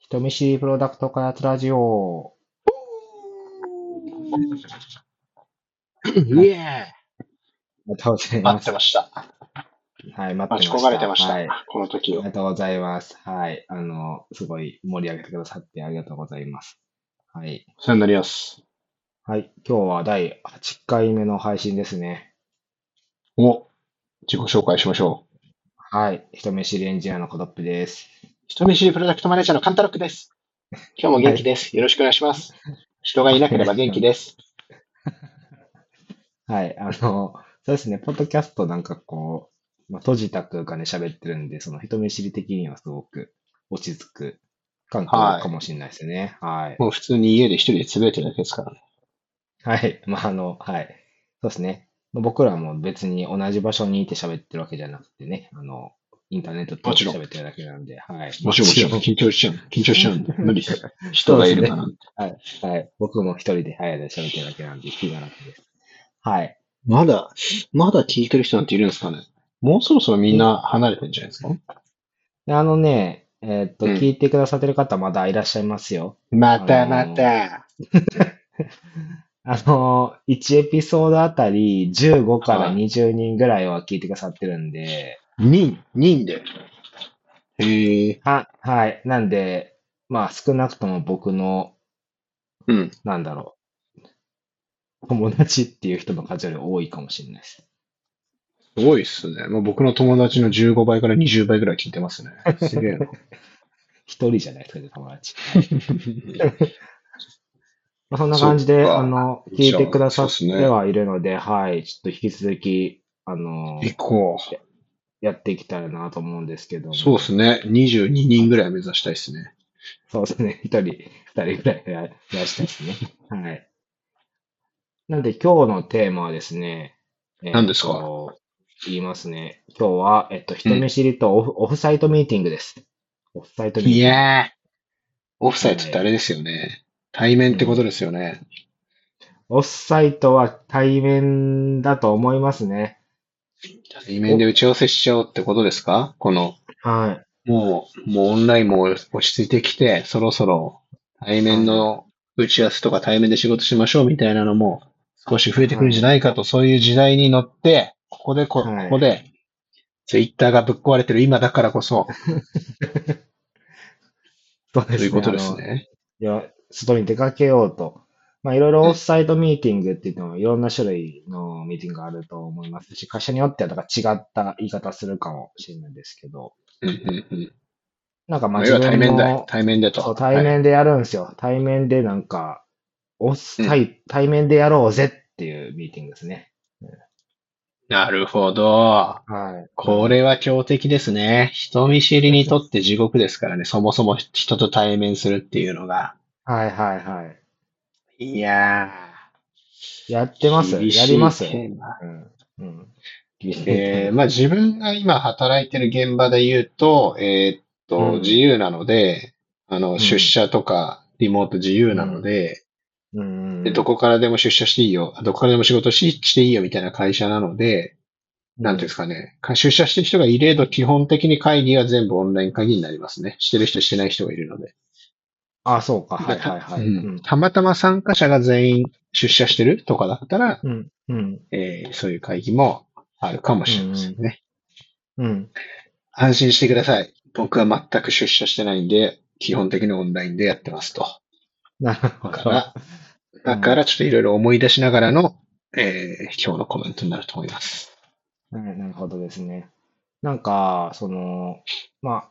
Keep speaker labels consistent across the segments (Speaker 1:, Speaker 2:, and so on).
Speaker 1: 人見知りプロダクト開発ラジオ。
Speaker 2: イエ
Speaker 1: ありがとうござい
Speaker 2: ー待
Speaker 1: ま
Speaker 2: って
Speaker 1: す。
Speaker 2: ました。
Speaker 1: はい、待ってま
Speaker 2: 待
Speaker 1: し
Speaker 2: ち
Speaker 1: た。
Speaker 2: 焦がれてました。
Speaker 1: はい。あ
Speaker 2: この時
Speaker 1: り
Speaker 2: を。
Speaker 1: がとうございます。はい。あの、すごい盛り上げてくださってありがとうございます。はい。
Speaker 2: それになります。
Speaker 1: はい。今日は第8回目の配信ですね。
Speaker 2: お、自己紹介しましょう。
Speaker 1: はい。人見知りエンジニアのコドップです。
Speaker 2: 人見知りプロダクトマネージャーのカンタロックです。今日も元気です。よろしくお願いします。人がいなければ元気です。
Speaker 1: はい。あの、そうですね。ポッドキャストなんかこう、まあ、閉じた空間で喋ってるんで、その人見知り的にはすごく落ち着く環境かもしれないですね。はい。
Speaker 2: もう普通に家で一人でつぶれてるだけですからね。
Speaker 1: はい。 まあ、あの、はい。そうですね。僕らも別に同じ場所にいて喋ってるわけじゃなくてね、あの、インターネットと
Speaker 2: もちろん
Speaker 1: 喋ってるだけなんで、はい。
Speaker 2: もちろん、もちろん、
Speaker 1: もち
Speaker 2: 緊張しちゃう。緊張しちゃうん で。無理です。人がいるかなんて。
Speaker 1: ろん はい。僕も一人で早いで喋ってるだけなんで、気が楽です。はい。
Speaker 2: まだ、まだ聞いてる人なんているんですかね。もうそろそろみんな離れてるんじゃないですか。
Speaker 1: であのね、えーっと、
Speaker 2: うん
Speaker 1: 聞いてくださってる方まだいらっしゃいますよ。
Speaker 2: ま
Speaker 1: た
Speaker 2: た
Speaker 1: ま
Speaker 2: また。
Speaker 1: あの、1エピソードあたり15から
Speaker 2: はい
Speaker 1: 20人ぐらいは聞いてくださってるんで、
Speaker 2: 人、人で。へえ。
Speaker 1: は、はい。なんで、まあ少なくとも僕の
Speaker 2: うん。
Speaker 1: なんだろう。友達っていう人の数より多いかもしれないです。
Speaker 2: すごいっすね。まあ、僕の友達の15倍から20倍ぐらい聞いて ますね。すげえな。
Speaker 1: 一人じゃないですかね、友 達。
Speaker 2: は
Speaker 1: まあ、そんな感じで、
Speaker 2: そっか
Speaker 1: あの、聞いてくださっ
Speaker 2: そうっす
Speaker 1: て
Speaker 2: ね
Speaker 1: はいるので、はい、ちょっと引き続き、あの、
Speaker 2: い、こ
Speaker 1: やっていきたいなと思うんですけども
Speaker 2: う。そうですね。22人ぐらい目指したいですね。
Speaker 1: そうですね。一 人、二人ぐらい増や増やしたいですね。はい。なんで今日のテーマはですね、えっと
Speaker 2: 何ですか
Speaker 1: 言いますね。今日は、えっと、人見知りとオフ,、オフサイトミーティングです。オフサイトミーティング。
Speaker 2: やー。オフサイトってあれですよね。対面ってことですよね。
Speaker 1: オフサイトは対面だと思いますね。
Speaker 2: 対面で打ち合わせしちゃおうってことですかこの、
Speaker 1: はい。
Speaker 2: もう、もうオンラインも落ち着いてきて、そろそろ対面の打ち合わせとか対面で仕事しましょうみたいなのも少し増えてくるんじゃないかと、そういう時代に乗って、ここでこ、
Speaker 1: はい
Speaker 2: ここで、ツイッターがぶっ壊れてる今だからこそ、
Speaker 1: そうです
Speaker 2: と
Speaker 1: ね。
Speaker 2: いうことですね。
Speaker 1: あの。いや、外に出かけようと。まあ、いろいろオフサイトミーティングって言っても、いろんな種類のミーティングがあると思いますし、会社によっては、だから違った言い方するかもしれないですけど、
Speaker 2: うんうんうん
Speaker 1: なんかま
Speaker 2: ま
Speaker 1: あ
Speaker 2: あ要
Speaker 1: 自
Speaker 2: は対
Speaker 1: 分
Speaker 2: 面だ
Speaker 1: の
Speaker 2: よ。、対面でと。
Speaker 1: そう、対
Speaker 2: はい
Speaker 1: 面でやるんですよ。対面でなんか、オフサイ、対面でやろうぜっていうミーティングですね。
Speaker 2: なるほど。
Speaker 1: はい。
Speaker 2: これは強敵ですね。人見知りにとって地獄ですからね。そもそも人と対面するっていうのが。
Speaker 1: はいはいはい。
Speaker 2: いや
Speaker 1: やっ
Speaker 2: ー。
Speaker 1: てます
Speaker 2: 厳しい
Speaker 1: やります
Speaker 2: テーマ
Speaker 1: うん。うん。厳しい
Speaker 2: えーまあ自分が今働いてる現場で言うと、
Speaker 1: う
Speaker 2: えーっ
Speaker 1: ん
Speaker 2: と、自由なので、あ
Speaker 1: うん
Speaker 2: の、出社とかリモート自由なので、
Speaker 1: うん
Speaker 2: でどこからでも出社していいよ、どこからでも仕事ししていいよみたいな会社なので、なんていうんですかね、か出社してる人がいれど、基本的に会議は全部オンライン会議になりますね。してる人してない人がいるので。
Speaker 1: あ、そうか。はいはいはい。
Speaker 2: うんたまたま参加者が全員出社してるとかだったら、
Speaker 1: うん。うん。
Speaker 2: えーそういう会議もあるかもしれませんね。
Speaker 1: うん。
Speaker 2: 安心してください。僕は全く出社してないんで、基本的にオンラインでやってますと。
Speaker 1: なるほ
Speaker 2: だ
Speaker 1: ど。
Speaker 2: から、だからちょっといろいろ思い出しながらの、えー今日のコメントになると思います。
Speaker 1: はいなるほどですね。なんか、その、まあ、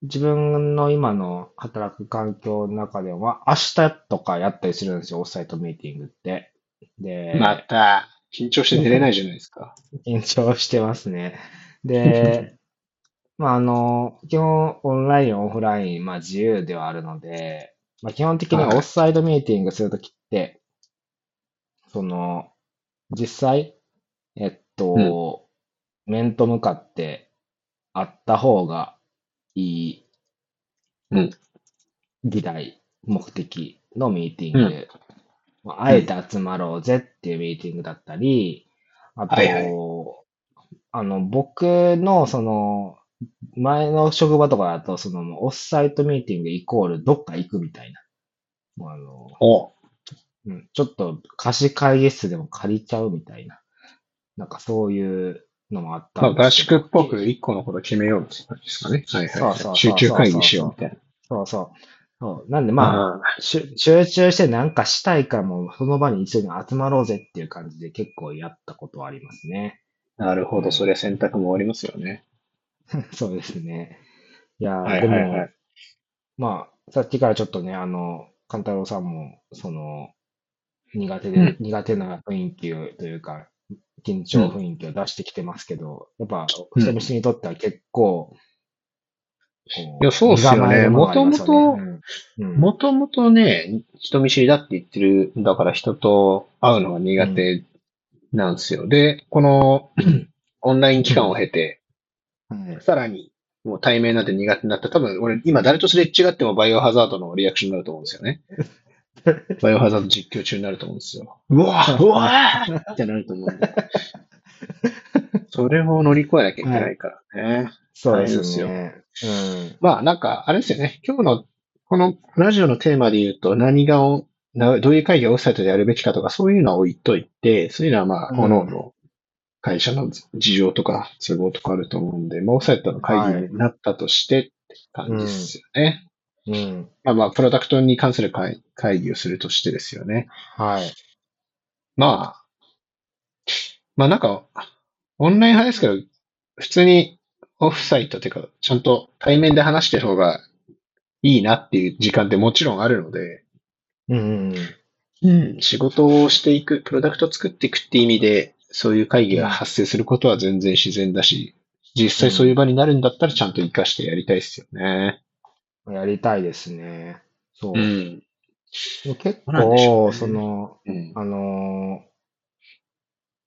Speaker 1: 自分の今の働く環境の中では、明日とかやったりするんですよ、オフサイトミーティングって。で、
Speaker 2: また、緊張して寝れないじゃないですか。
Speaker 1: 延長してますね。 で、まあ、あの、基本オンライン、オフライン、まあ自由ではあるので、まあ基本的には
Speaker 2: はい
Speaker 1: オフサイドミーティングするときって、その、実際、えっと、面と向かってあった方がい
Speaker 2: うん
Speaker 1: い、議題、目的のミーティング、まああえて集まろうぜっていうミーティングだったり、あと、
Speaker 2: はいは
Speaker 1: あの、僕の、その、前の職場とかだと、その、もうオフサイトミーティングイコールどっか行くみたいな。もうあの、
Speaker 2: お
Speaker 1: うん、ちょっと貸し会議室でも借りちゃうみたいな。なんかそういうのもあった
Speaker 2: まあ、
Speaker 1: んで
Speaker 2: 合
Speaker 1: すけど
Speaker 2: 宿っぽく一個のこと決めようって感じですかね。はいはいはい。
Speaker 1: そうそうそう
Speaker 2: 集中会議しようみたいな。
Speaker 1: そうそう。そうなんでまあ、
Speaker 2: あ
Speaker 1: 集集中してなんかしたいからもうその場に一緒に集まろうぜっていう感じで結構やったことはありますね。
Speaker 2: ー、なるほど。それ選択も終わりますよね。
Speaker 1: そうですね。いやー、
Speaker 2: はいはいは
Speaker 1: でも
Speaker 2: い、。
Speaker 1: まあ、さっきからちょっとね、あの、勘太郎さんも、その、苦手
Speaker 2: う
Speaker 1: で
Speaker 2: ん、
Speaker 1: 苦手な雰囲気というか、緊張雰囲気を出してきてますけど、やっぱ、
Speaker 2: うん
Speaker 1: 人見知りにとっては結構、こ
Speaker 2: いやそうっすよね
Speaker 1: 身構えるものがありますよね
Speaker 2: 元々
Speaker 1: うんうん
Speaker 2: もともとね、人見知りだって言ってるんだから人と会うのが苦手なんですよ。で、この オンライン期間を経て、
Speaker 1: はい
Speaker 2: さらにもう対面なんて苦手になった。多分俺今誰とすれ違ってもバイオハザードのリアクションになると思うんですよ ね。バイオハザード実況中になると思うんですよ。うわうわーってなると思うんで。それを乗り越えなきゃいけないからね。
Speaker 1: そうで
Speaker 2: 大変です
Speaker 1: す
Speaker 2: よ
Speaker 1: ね。うん。
Speaker 2: まあなんか、あれですよね。今日の、このラジオのテーマで言うと、何がを、などういう会議をオフサイトでやるべきかとか、そういうのは置いといて、そういうのはまあ、
Speaker 1: うん
Speaker 2: 各々の会社の事情とか、都合とかあると思うんで、まあ、オフサイトの会議になったとしてって感じですよね。
Speaker 1: うん。
Speaker 2: まあまあ、プロダクトに関する会会議をするとしてですよね。
Speaker 1: はい。
Speaker 2: まあ、まあなんか、オンライン派ですけど、普通にオフサイトっていうか、ちゃんと対面で話してる方がいいなっていう時間ってもちろんあるので、
Speaker 1: うん。
Speaker 2: うん、仕事をしていく、プロダクトを作っていくって意味で、そういう会議が発生することは全然自然だし、実際そういう場になるんだったらちゃんと活かしてやりたいですよね。
Speaker 1: やりたいですね。そう。
Speaker 2: ん。
Speaker 1: でも結
Speaker 2: そうなんでしょ
Speaker 1: 構、
Speaker 2: うね
Speaker 1: その、
Speaker 2: うん。
Speaker 1: あのー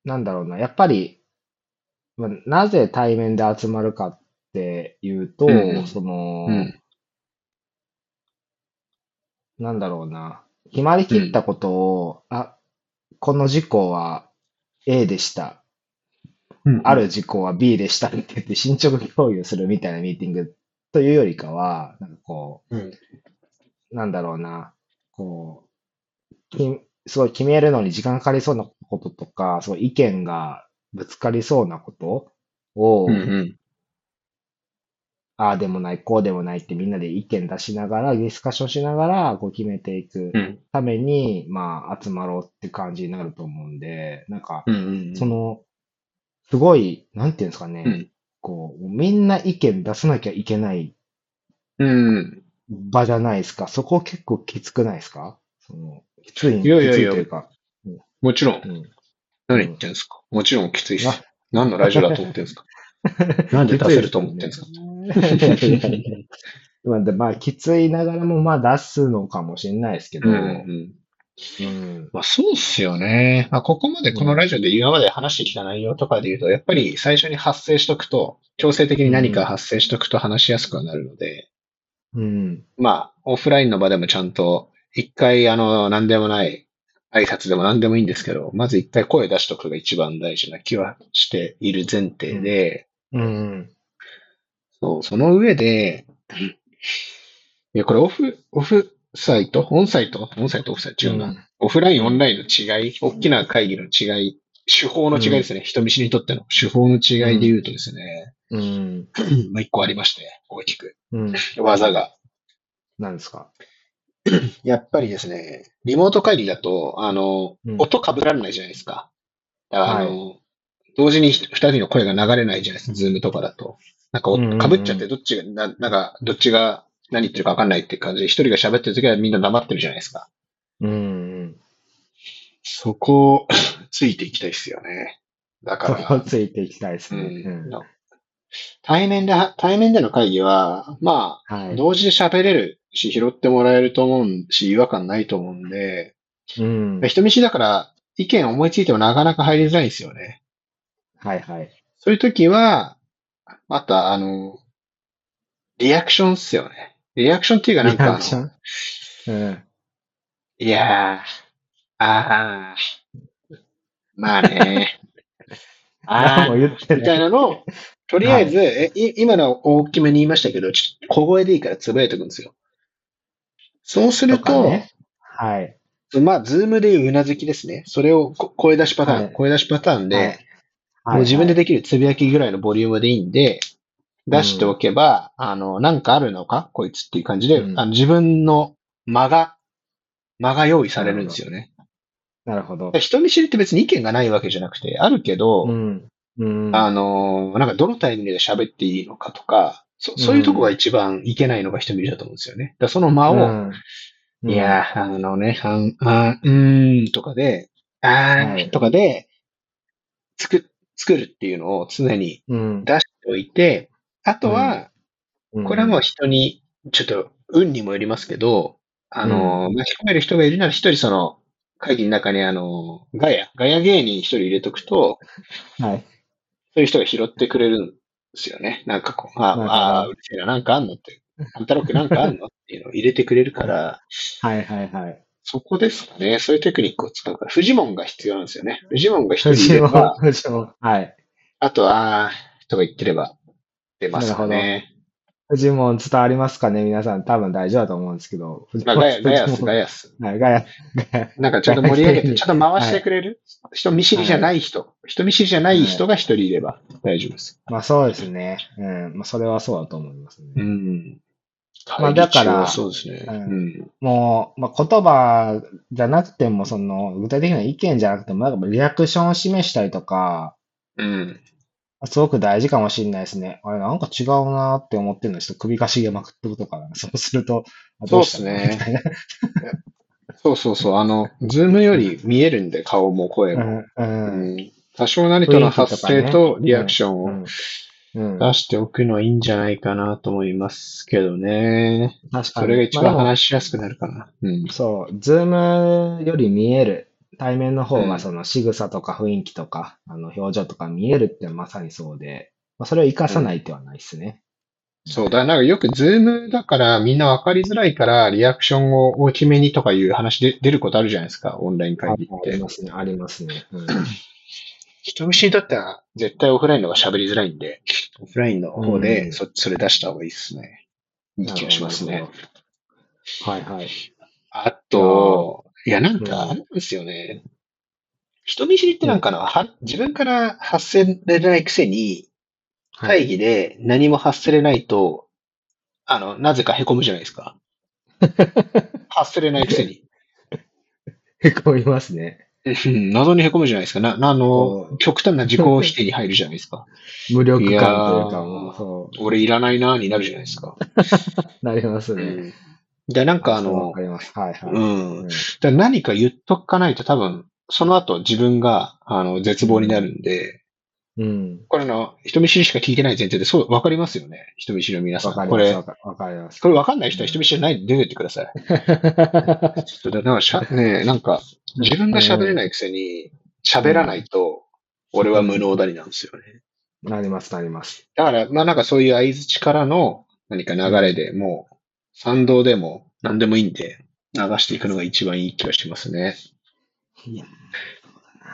Speaker 1: なんだろうな、やっぱり、まあなぜ対面で集まるかっていうと、
Speaker 2: うん
Speaker 1: その、
Speaker 2: うん。
Speaker 1: なんだろうな、決まりきったことを、あ、この事項は A でした、ある事項は B でしたって言って進捗共有するみたいなミーティングというよりかは、なんかこ
Speaker 2: うん。
Speaker 1: う、なんだろうな、こう、きすごい決めるのに時間かかりそうなこととか、すごい意見がぶつかりそうなことを、
Speaker 2: うん。うん。
Speaker 1: ああでもない、こうでもないってみんなで意見出しながら、ディスカッションしながら、こう決めていく
Speaker 2: うん。
Speaker 1: ために、まあ、集まろうって感じになると思うんで、なんか、
Speaker 2: うんうん。
Speaker 1: その、すごい、なんていうんですかね、
Speaker 2: うん。
Speaker 1: こう、みんな意見出さなきゃいけない
Speaker 2: うん。
Speaker 1: 場じゃないですか。そこ結構きつくないですかその、きつい、
Speaker 2: いやいやい
Speaker 1: きつ
Speaker 2: や
Speaker 1: というか。
Speaker 2: もちろん
Speaker 1: う。ん。
Speaker 2: 何言ってんすかもちろんきついっす
Speaker 1: あ。
Speaker 2: 何のラジオだと思ってんす かなんで出せると思ってんすか
Speaker 1: きついですよね まあでまあ、きついながらも、まあ出すのかもしれないですけど、
Speaker 2: うんうん
Speaker 1: うん
Speaker 2: まあ、そうっすよね。まあ、ここまでこのラジオで今まで話してきた内容とかで言うと、やっぱり最初に発生しとくと、強制的に何か発生しとくと話しやすくはなるので、
Speaker 1: うん。
Speaker 2: まあ、オフラインの場でもちゃんと、一回、あの、何でもない、挨拶でも何でもいいんですけど、まず一回声出しとくのが一番大事な気はしている前提で、
Speaker 1: うん。
Speaker 2: そう、その上で、いや、これオフ、オフサイト、オンサイト、オンサイト、オフサイト違うな。オフライン、オンラインの違い、大きな会議の違い、手法の違いですね。人見知りにとっての手法の違いで言うとですね、
Speaker 1: うん。
Speaker 2: まあ一個ありまして、大きく。
Speaker 1: うん。
Speaker 2: 技が。
Speaker 1: 何ですか
Speaker 2: やっぱりですね、リモート会議だと、あの、
Speaker 1: うん
Speaker 2: 音被られないじゃないですか。だから、あの、同時に二人の声が流れないじゃないですか、ズームとかだと。なんかお、
Speaker 1: うんうんうん
Speaker 2: 被っちゃって、どっちが、ななんか、どっちが何言ってるか分かんないって感じで、一人が喋ってる時はみんな黙ってるじゃないですか。
Speaker 1: うん。
Speaker 2: そこ をついていきたいですよね。だ か
Speaker 1: そこを
Speaker 2: ら、
Speaker 1: ついていきたいです
Speaker 2: う
Speaker 1: ね。
Speaker 2: ん
Speaker 1: うん。
Speaker 2: 対面で、対面での会議は、ま
Speaker 1: は
Speaker 2: あ、
Speaker 1: い。
Speaker 2: 同時で喋れるし、拾ってもらえると思うし、違和感ないと思うんで、
Speaker 1: うん。
Speaker 2: 人見知りだから、意見思いついてもなかなか入りづらいんですよね。
Speaker 1: はいはい。
Speaker 2: そういう時は、また、あの、リアクションっすよね。リアクションっていうかなん
Speaker 1: リア
Speaker 2: かあ
Speaker 1: クショ
Speaker 2: の、
Speaker 1: ンうん。
Speaker 2: いやー、あー、まあね、
Speaker 1: 何
Speaker 2: あ
Speaker 1: も
Speaker 2: ー、
Speaker 1: 言って
Speaker 2: みた
Speaker 1: ないい。
Speaker 2: なのをとりあえず、えい今のは大きめに言いましたけど、ちょっと小声でいいからつぶやいておくんですよ。そうする
Speaker 1: とか
Speaker 2: と、
Speaker 1: ね。はい。
Speaker 2: まあ、ズームでいううなずきですね。それをこ声出しパターン、
Speaker 1: はい
Speaker 2: 声出しパターンで、
Speaker 1: はい
Speaker 2: もう自分でできるつぶやきぐらいのボリュームでいいんで、出しておけば、あの、なんかあるのかこいつっていう感じで、
Speaker 1: うん
Speaker 2: あの自分の間が、間が用意されるんですよね。
Speaker 1: なるほど。
Speaker 2: 人見知りって別に意見がないわけじゃなくて、あるけど、
Speaker 1: うん。うん。
Speaker 2: あの、なんかどのタイミングで喋っていいのかとか、そそういうとこが一番いけないのが人見知りだと思うんですよね。だからその間を、
Speaker 1: うん
Speaker 2: い、やー、あのね、あん、あん、うーん、とかで、あー、
Speaker 1: はい
Speaker 2: とかで、作、作るっていうのを常に
Speaker 1: うん。
Speaker 2: 出しておいて、あとは、
Speaker 1: うん
Speaker 2: これはもう人に、ちょっと、運にもよりますけど、あのー、巻き込める人がいるなら一人その、会議の中にあのー、ガヤ、ガヤ芸人一人入れとくと、
Speaker 1: はい。
Speaker 2: そういう人が拾ってくれるんですよね。なんかこう、
Speaker 1: なる
Speaker 2: あ
Speaker 1: ほど
Speaker 2: あー、うるせえな、なんかあんのって、あんたろくなんかあんのっていうのを入れてくれるから、
Speaker 1: はいはいはい。
Speaker 2: そこですかね。そういうテクニックを使うから。フジモンが必要なんですよね。フジモンが一人い
Speaker 1: 藤
Speaker 2: れ
Speaker 1: も、
Speaker 2: ば、
Speaker 1: 藤も、はい。
Speaker 2: あと、あーとか言ってれば出ますかね。
Speaker 1: 藤も伝わりますかね皆さん多分大丈夫だと思うんですけど。
Speaker 2: まあ、ガヤ、ガヤス、
Speaker 1: 藤
Speaker 2: ガ
Speaker 1: も
Speaker 2: ヤス。
Speaker 1: はい、ガヤ、ガヤ。
Speaker 2: なんかちょっと盛り上げ
Speaker 1: ガヤ ス
Speaker 2: て、ちょっと回してくれる、人見知りじゃない人。人見知りじゃない人が一人いれば大丈夫です。
Speaker 1: まあそうですね。うん。まあそれはそうだと思いますね。
Speaker 2: ん。
Speaker 1: まあだから
Speaker 2: 会議中はそうですね。
Speaker 1: うん
Speaker 2: うん。
Speaker 1: もう、まあ、言葉じゃなくても、その、具体的な意見じゃなくても、なんかリアクションを示したりとか、
Speaker 2: うん。
Speaker 1: すごく大事かもしれないですね。あれ、なんか違うなーって思ってるの、ちょっと首かしげまくってるとか、 そうすると、あどしたの
Speaker 2: そうっすね
Speaker 1: みたいな。
Speaker 2: そうそうそう。あの、ズームより見えるんで、顔も声も。
Speaker 1: うん、
Speaker 2: う
Speaker 1: うん。
Speaker 2: ん多少なりとの発声とリアクション
Speaker 1: う
Speaker 2: を
Speaker 1: んうん、
Speaker 2: 出しておくのはいいんじゃないかなと思いますけどね。
Speaker 1: 確かに。
Speaker 2: それが一
Speaker 1: まあ
Speaker 2: 番
Speaker 1: でも
Speaker 2: 話しやすくなるかな。うん。
Speaker 1: そう、ズームより見える。対面の方
Speaker 2: う
Speaker 1: が
Speaker 2: ん
Speaker 1: その仕草とか雰囲気とか、あの表情とか見えるってまさにそうで、まあ、それを活かさない手はないですね。
Speaker 2: そうだ、なんかよくズームだからみんなわかりづらいからリアクションを大きめにとかいう話で出ることあるじゃないですか、オンライン会
Speaker 1: あ
Speaker 2: 議っ
Speaker 1: あり
Speaker 2: て。
Speaker 1: ますね、ありますね。うん
Speaker 2: 人見知りだったら絶対オフラインの方が喋りづらいんで、オフラインの方
Speaker 1: う
Speaker 2: で
Speaker 1: ん
Speaker 2: そ,、それ出した方がいいですね。いい気がします
Speaker 1: なる
Speaker 2: ね
Speaker 1: ほ。ど。はいはい。
Speaker 2: あと、いや、なんか、あれなんですよね。人見知りってなんかな、は自分から発せられないくせに、
Speaker 1: はい
Speaker 2: 会議で何も発せれないと、あの、なぜか凹むじゃないです か。発せれないくせに。
Speaker 1: へこみますね。
Speaker 2: うん謎に凹むじゃないですか。な、なあ
Speaker 1: う
Speaker 2: の
Speaker 1: ん、
Speaker 2: 極端な自己否定に入るじゃないですか。
Speaker 1: 無力感という
Speaker 2: い
Speaker 1: か、
Speaker 2: やー
Speaker 1: もうそ
Speaker 2: 俺いらないなぁになるじゃないですか。
Speaker 1: う、なります
Speaker 2: う
Speaker 1: ね。
Speaker 2: ん。で、なんかあ
Speaker 1: そうわ
Speaker 2: の
Speaker 1: か、ります。はいはい。
Speaker 2: うん
Speaker 1: うん。
Speaker 2: だから何か言っとかないと多分、その後自分が、あの、絶望になるんで、
Speaker 1: うん。
Speaker 2: これの、人見知りしか聞いてない前提で、そう、わかりますよね。人見知りの皆さ
Speaker 1: わか
Speaker 2: ん。
Speaker 1: り
Speaker 2: こ
Speaker 1: ます。
Speaker 2: れ、
Speaker 1: わかわかります。
Speaker 2: これわかんない人は人見知りじゃないんで出てってくだ さい。ちょっとだからしゃ、ねえなんか、自分が喋れないくせに、喋らないと、俺は無能だりなんですよね。
Speaker 1: なります、なります。
Speaker 2: だから、まあなんかそういう相づちからの何か流れでもう、賛同でも何でもいいんで、流していくのが一番いい気がしますね。
Speaker 1: いや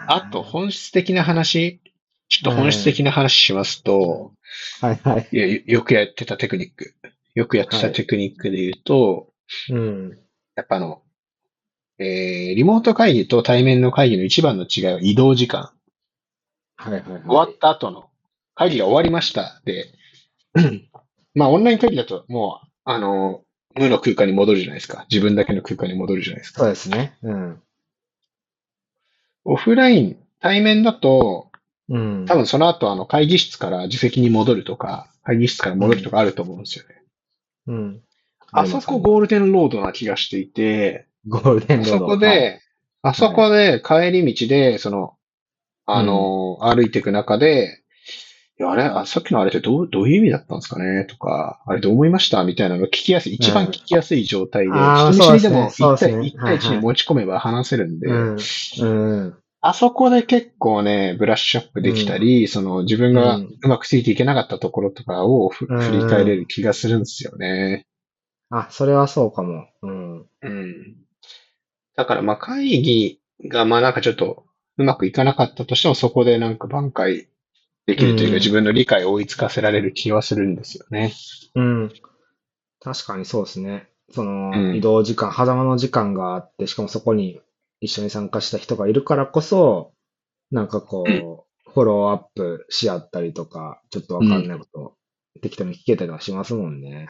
Speaker 2: あと、本質的な話、ちょっと本質的な話しますと、
Speaker 1: はいはい。
Speaker 2: いや、よよくやってたテクニック。よくやってたテクニックで言うと、
Speaker 1: うん。
Speaker 2: やっぱあの、えー、リモート会議と対面の会議の一番の違いは移動時間。
Speaker 1: はいはいはい。
Speaker 2: 終わった後の、会議が終わりました。で、 まあオンライン会議だともう、あの、無の空間に戻るじゃないですか。自分だけの空間に戻るじゃないです
Speaker 1: そう
Speaker 2: か。
Speaker 1: ですね。うん。
Speaker 2: オフライン、対面だと、
Speaker 1: うん。
Speaker 2: 多分その後あの会議室から自席に戻るとか、会議室から戻るとかあると思うんですよね。
Speaker 1: うん。
Speaker 2: あそこゴールデンロードな気がしていて、
Speaker 1: ゴールデン
Speaker 2: あ
Speaker 1: ロー
Speaker 2: そ
Speaker 1: ド。
Speaker 2: こ
Speaker 1: はい、
Speaker 2: で、あそこで帰り道で、その、あの、歩いていく中で、いや、あれ、あさっきのあれってどう、どういう意味だったんですかねとか、あれどう思いましたみたいなのが聞きやすい、一番聞きやすい状態で、
Speaker 1: あー
Speaker 2: 人見知りでも
Speaker 1: そうで
Speaker 2: 1
Speaker 1: す
Speaker 2: 対,、
Speaker 1: ね
Speaker 2: 一対1
Speaker 1: はい
Speaker 2: に
Speaker 1: はい
Speaker 2: 持ち込めば話せるんで、
Speaker 1: うん。うん。
Speaker 2: あそこで結構ね、ブラッシュアップできたり、その自分が
Speaker 1: うん
Speaker 2: うまくついていけなかったところとかをふ
Speaker 1: うん
Speaker 2: 振り返れる気がするんですよね。
Speaker 1: あ、それはそうかも。うん。
Speaker 2: うん。だからまあ会議がまあなんかちょっとうまくいかなかったとしてもそこでなんか挽回できるとい
Speaker 1: う
Speaker 2: う
Speaker 1: ん
Speaker 2: か、自分の理解を追いつかせられる気はするんですよね。
Speaker 1: うん。確かにそうですね。その、
Speaker 2: うん
Speaker 1: 移動時間、狭間の時間があって、しかもそこに一緒に参加した人がいるからこそ、なんかこう、フォローアップし合ったりとか、ちょっとわかんないことを適当に聞けたりはしますもんね。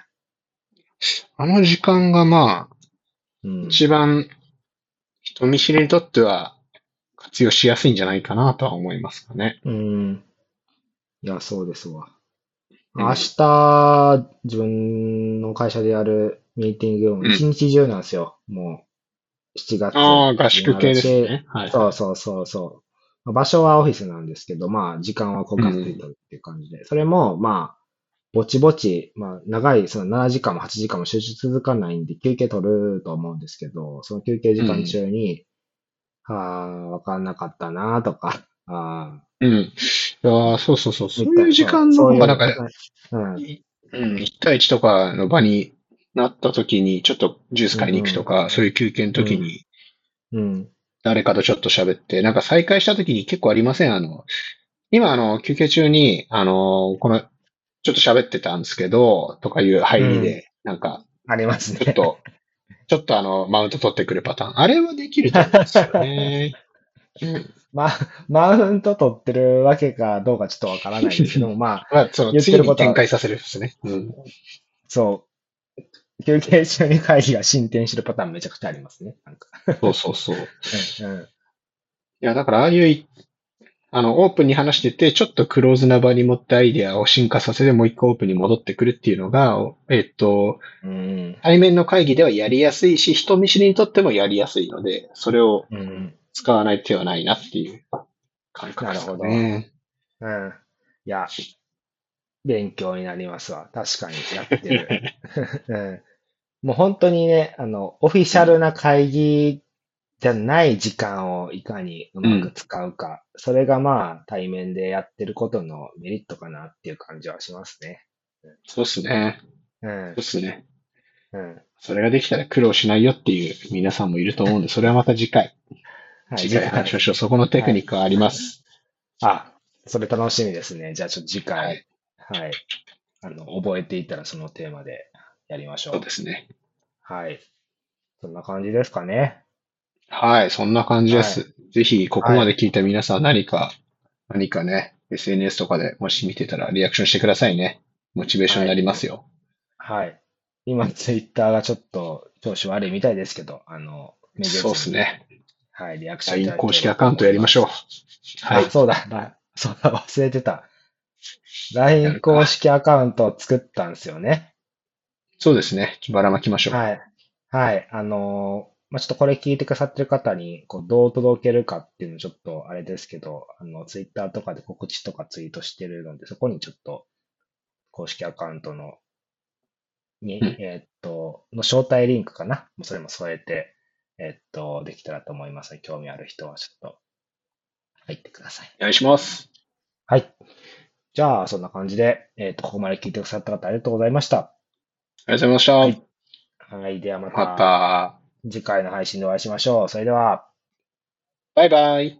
Speaker 2: あの時間がまあ、
Speaker 1: うん。
Speaker 2: 一番人見知りにとっては活用しやすいんじゃないかなとは思いますかね。
Speaker 1: うん。いや、そうですわ。
Speaker 2: うん
Speaker 1: 明日、自分の会社でやるミーティングも一日中なんですよ。もう、7月。
Speaker 2: ああ、合宿系ですね。はい。
Speaker 1: そうそうそうそう。場所はオフィスなんですけど、まあ、時間はこうがっつりとるっていう感じで。それも、まあ、ぼちぼち、まあ、長い、その7時間も8時間も集中続かないんで、休憩取ると思うんですけど、その休憩時間中に、はあ、わかんなかったなとか、ああ、
Speaker 2: うん。いやーそうそうそう。そういう時間の方がなんか、
Speaker 1: そういううん、
Speaker 2: うん、1対1とかの場になった時に、ちょっとジュース買いに行くとか、そういう休憩の時に、
Speaker 1: うん、
Speaker 2: 誰かとちょっと喋って、なんか再開した時に結構ありませんあの、今あの、休憩中に、あの、この、ちょっと喋ってたんですけど、とかいう入りで、なんか、
Speaker 1: あります
Speaker 2: ちょっ
Speaker 1: ね。
Speaker 2: と、 ちょっとあの、マウント取ってくるパターン。あれはできると思うんですよ ね。うん
Speaker 1: まあ、マウント取ってるわけかどうかちょっとわからないですけども、まあ、
Speaker 2: まあ、その、
Speaker 1: 言って
Speaker 2: 次
Speaker 1: るこ
Speaker 2: に
Speaker 1: とは
Speaker 2: 展開させるんですね。うん。
Speaker 1: そう。休憩中に会議が進展してるパターンめちゃくちゃありますね。なんか。
Speaker 2: そうそうそう。
Speaker 1: うんうん
Speaker 2: いや、だから、ああいうい、あの、オープンに話してて、ちょっとクローズな場に持ってアイデアを進化させて、もう一個オープンに戻ってくるっていうのが、おえっと、
Speaker 1: うん
Speaker 2: 対面の会議ではやりやすいし、人見知りにとってもやりやすいので、それを
Speaker 1: うん。うん。
Speaker 2: 使わない手はないなっていう感覚ですかね。
Speaker 1: うん。いや、勉強になりますわ。確かにやって る。うん。もう本当にね、あの、オフィシャルな会議じゃない時間をいかにうまく使うか。それがまあ、対面でやってることのメリットかなっていう感じはしますね。
Speaker 2: そうですね。
Speaker 1: うん
Speaker 2: そう。ですね。
Speaker 1: うん。
Speaker 2: それができたら苦労しないよっていう皆さんもいると思うんで、それはまた次回、
Speaker 1: はい
Speaker 2: 次回話しましょう。そこのテクニックはあります。
Speaker 1: あ、それ楽しみですね。じゃあちょっと次
Speaker 2: は
Speaker 1: 回
Speaker 2: い、
Speaker 1: はい、あの、覚えていったらそのテーマでやりましょ
Speaker 2: そう
Speaker 1: う。
Speaker 2: ですね。
Speaker 1: はい。そんな感じですかね。
Speaker 2: はい、そんな感じです。ぜひ、ここまで聞いた皆さん、何か、何かね、SNS とかでもし見てたらリアクションしてくださいね。モチベーションになりますよ。
Speaker 1: はい。今、ツイッターがちょっと調子悪いみたいですけど、あの、めげず
Speaker 2: そうですね。
Speaker 1: はい、リアクションい
Speaker 2: LINE
Speaker 1: ただければ
Speaker 2: 公式アカウントやりましょう。は
Speaker 1: あ、
Speaker 2: い。
Speaker 1: そうだ、 だそうだ、忘れてた。LINE 公式アカウントを作ったんですよね。
Speaker 2: そうですね。ばらまきましょう。
Speaker 1: はい。はい。あのーまあ、ちょっとこれ聞いてくださってる方に、こう、どう届けるかっていうのちょっとあれですけど、あの、ツイッターとかで告知とかツイートしてるので、そこにちょっと、公式アカウントの、に、
Speaker 2: うん
Speaker 1: えーっと、の招待リンクかなもうそれも添えて、えーっと、できたらと思います。興味ある人はちょっと、入ってください。
Speaker 2: お願いします。
Speaker 1: はい。じゃあ、そんな感じで、えーっと、ここまで聞いてくださった方ありがとうございました。
Speaker 2: ありがとうございまし
Speaker 1: はい。ではま
Speaker 2: た。ま
Speaker 1: た
Speaker 2: た。
Speaker 1: 次回の配信でお会いしましょう。それでは、
Speaker 2: バイバイ。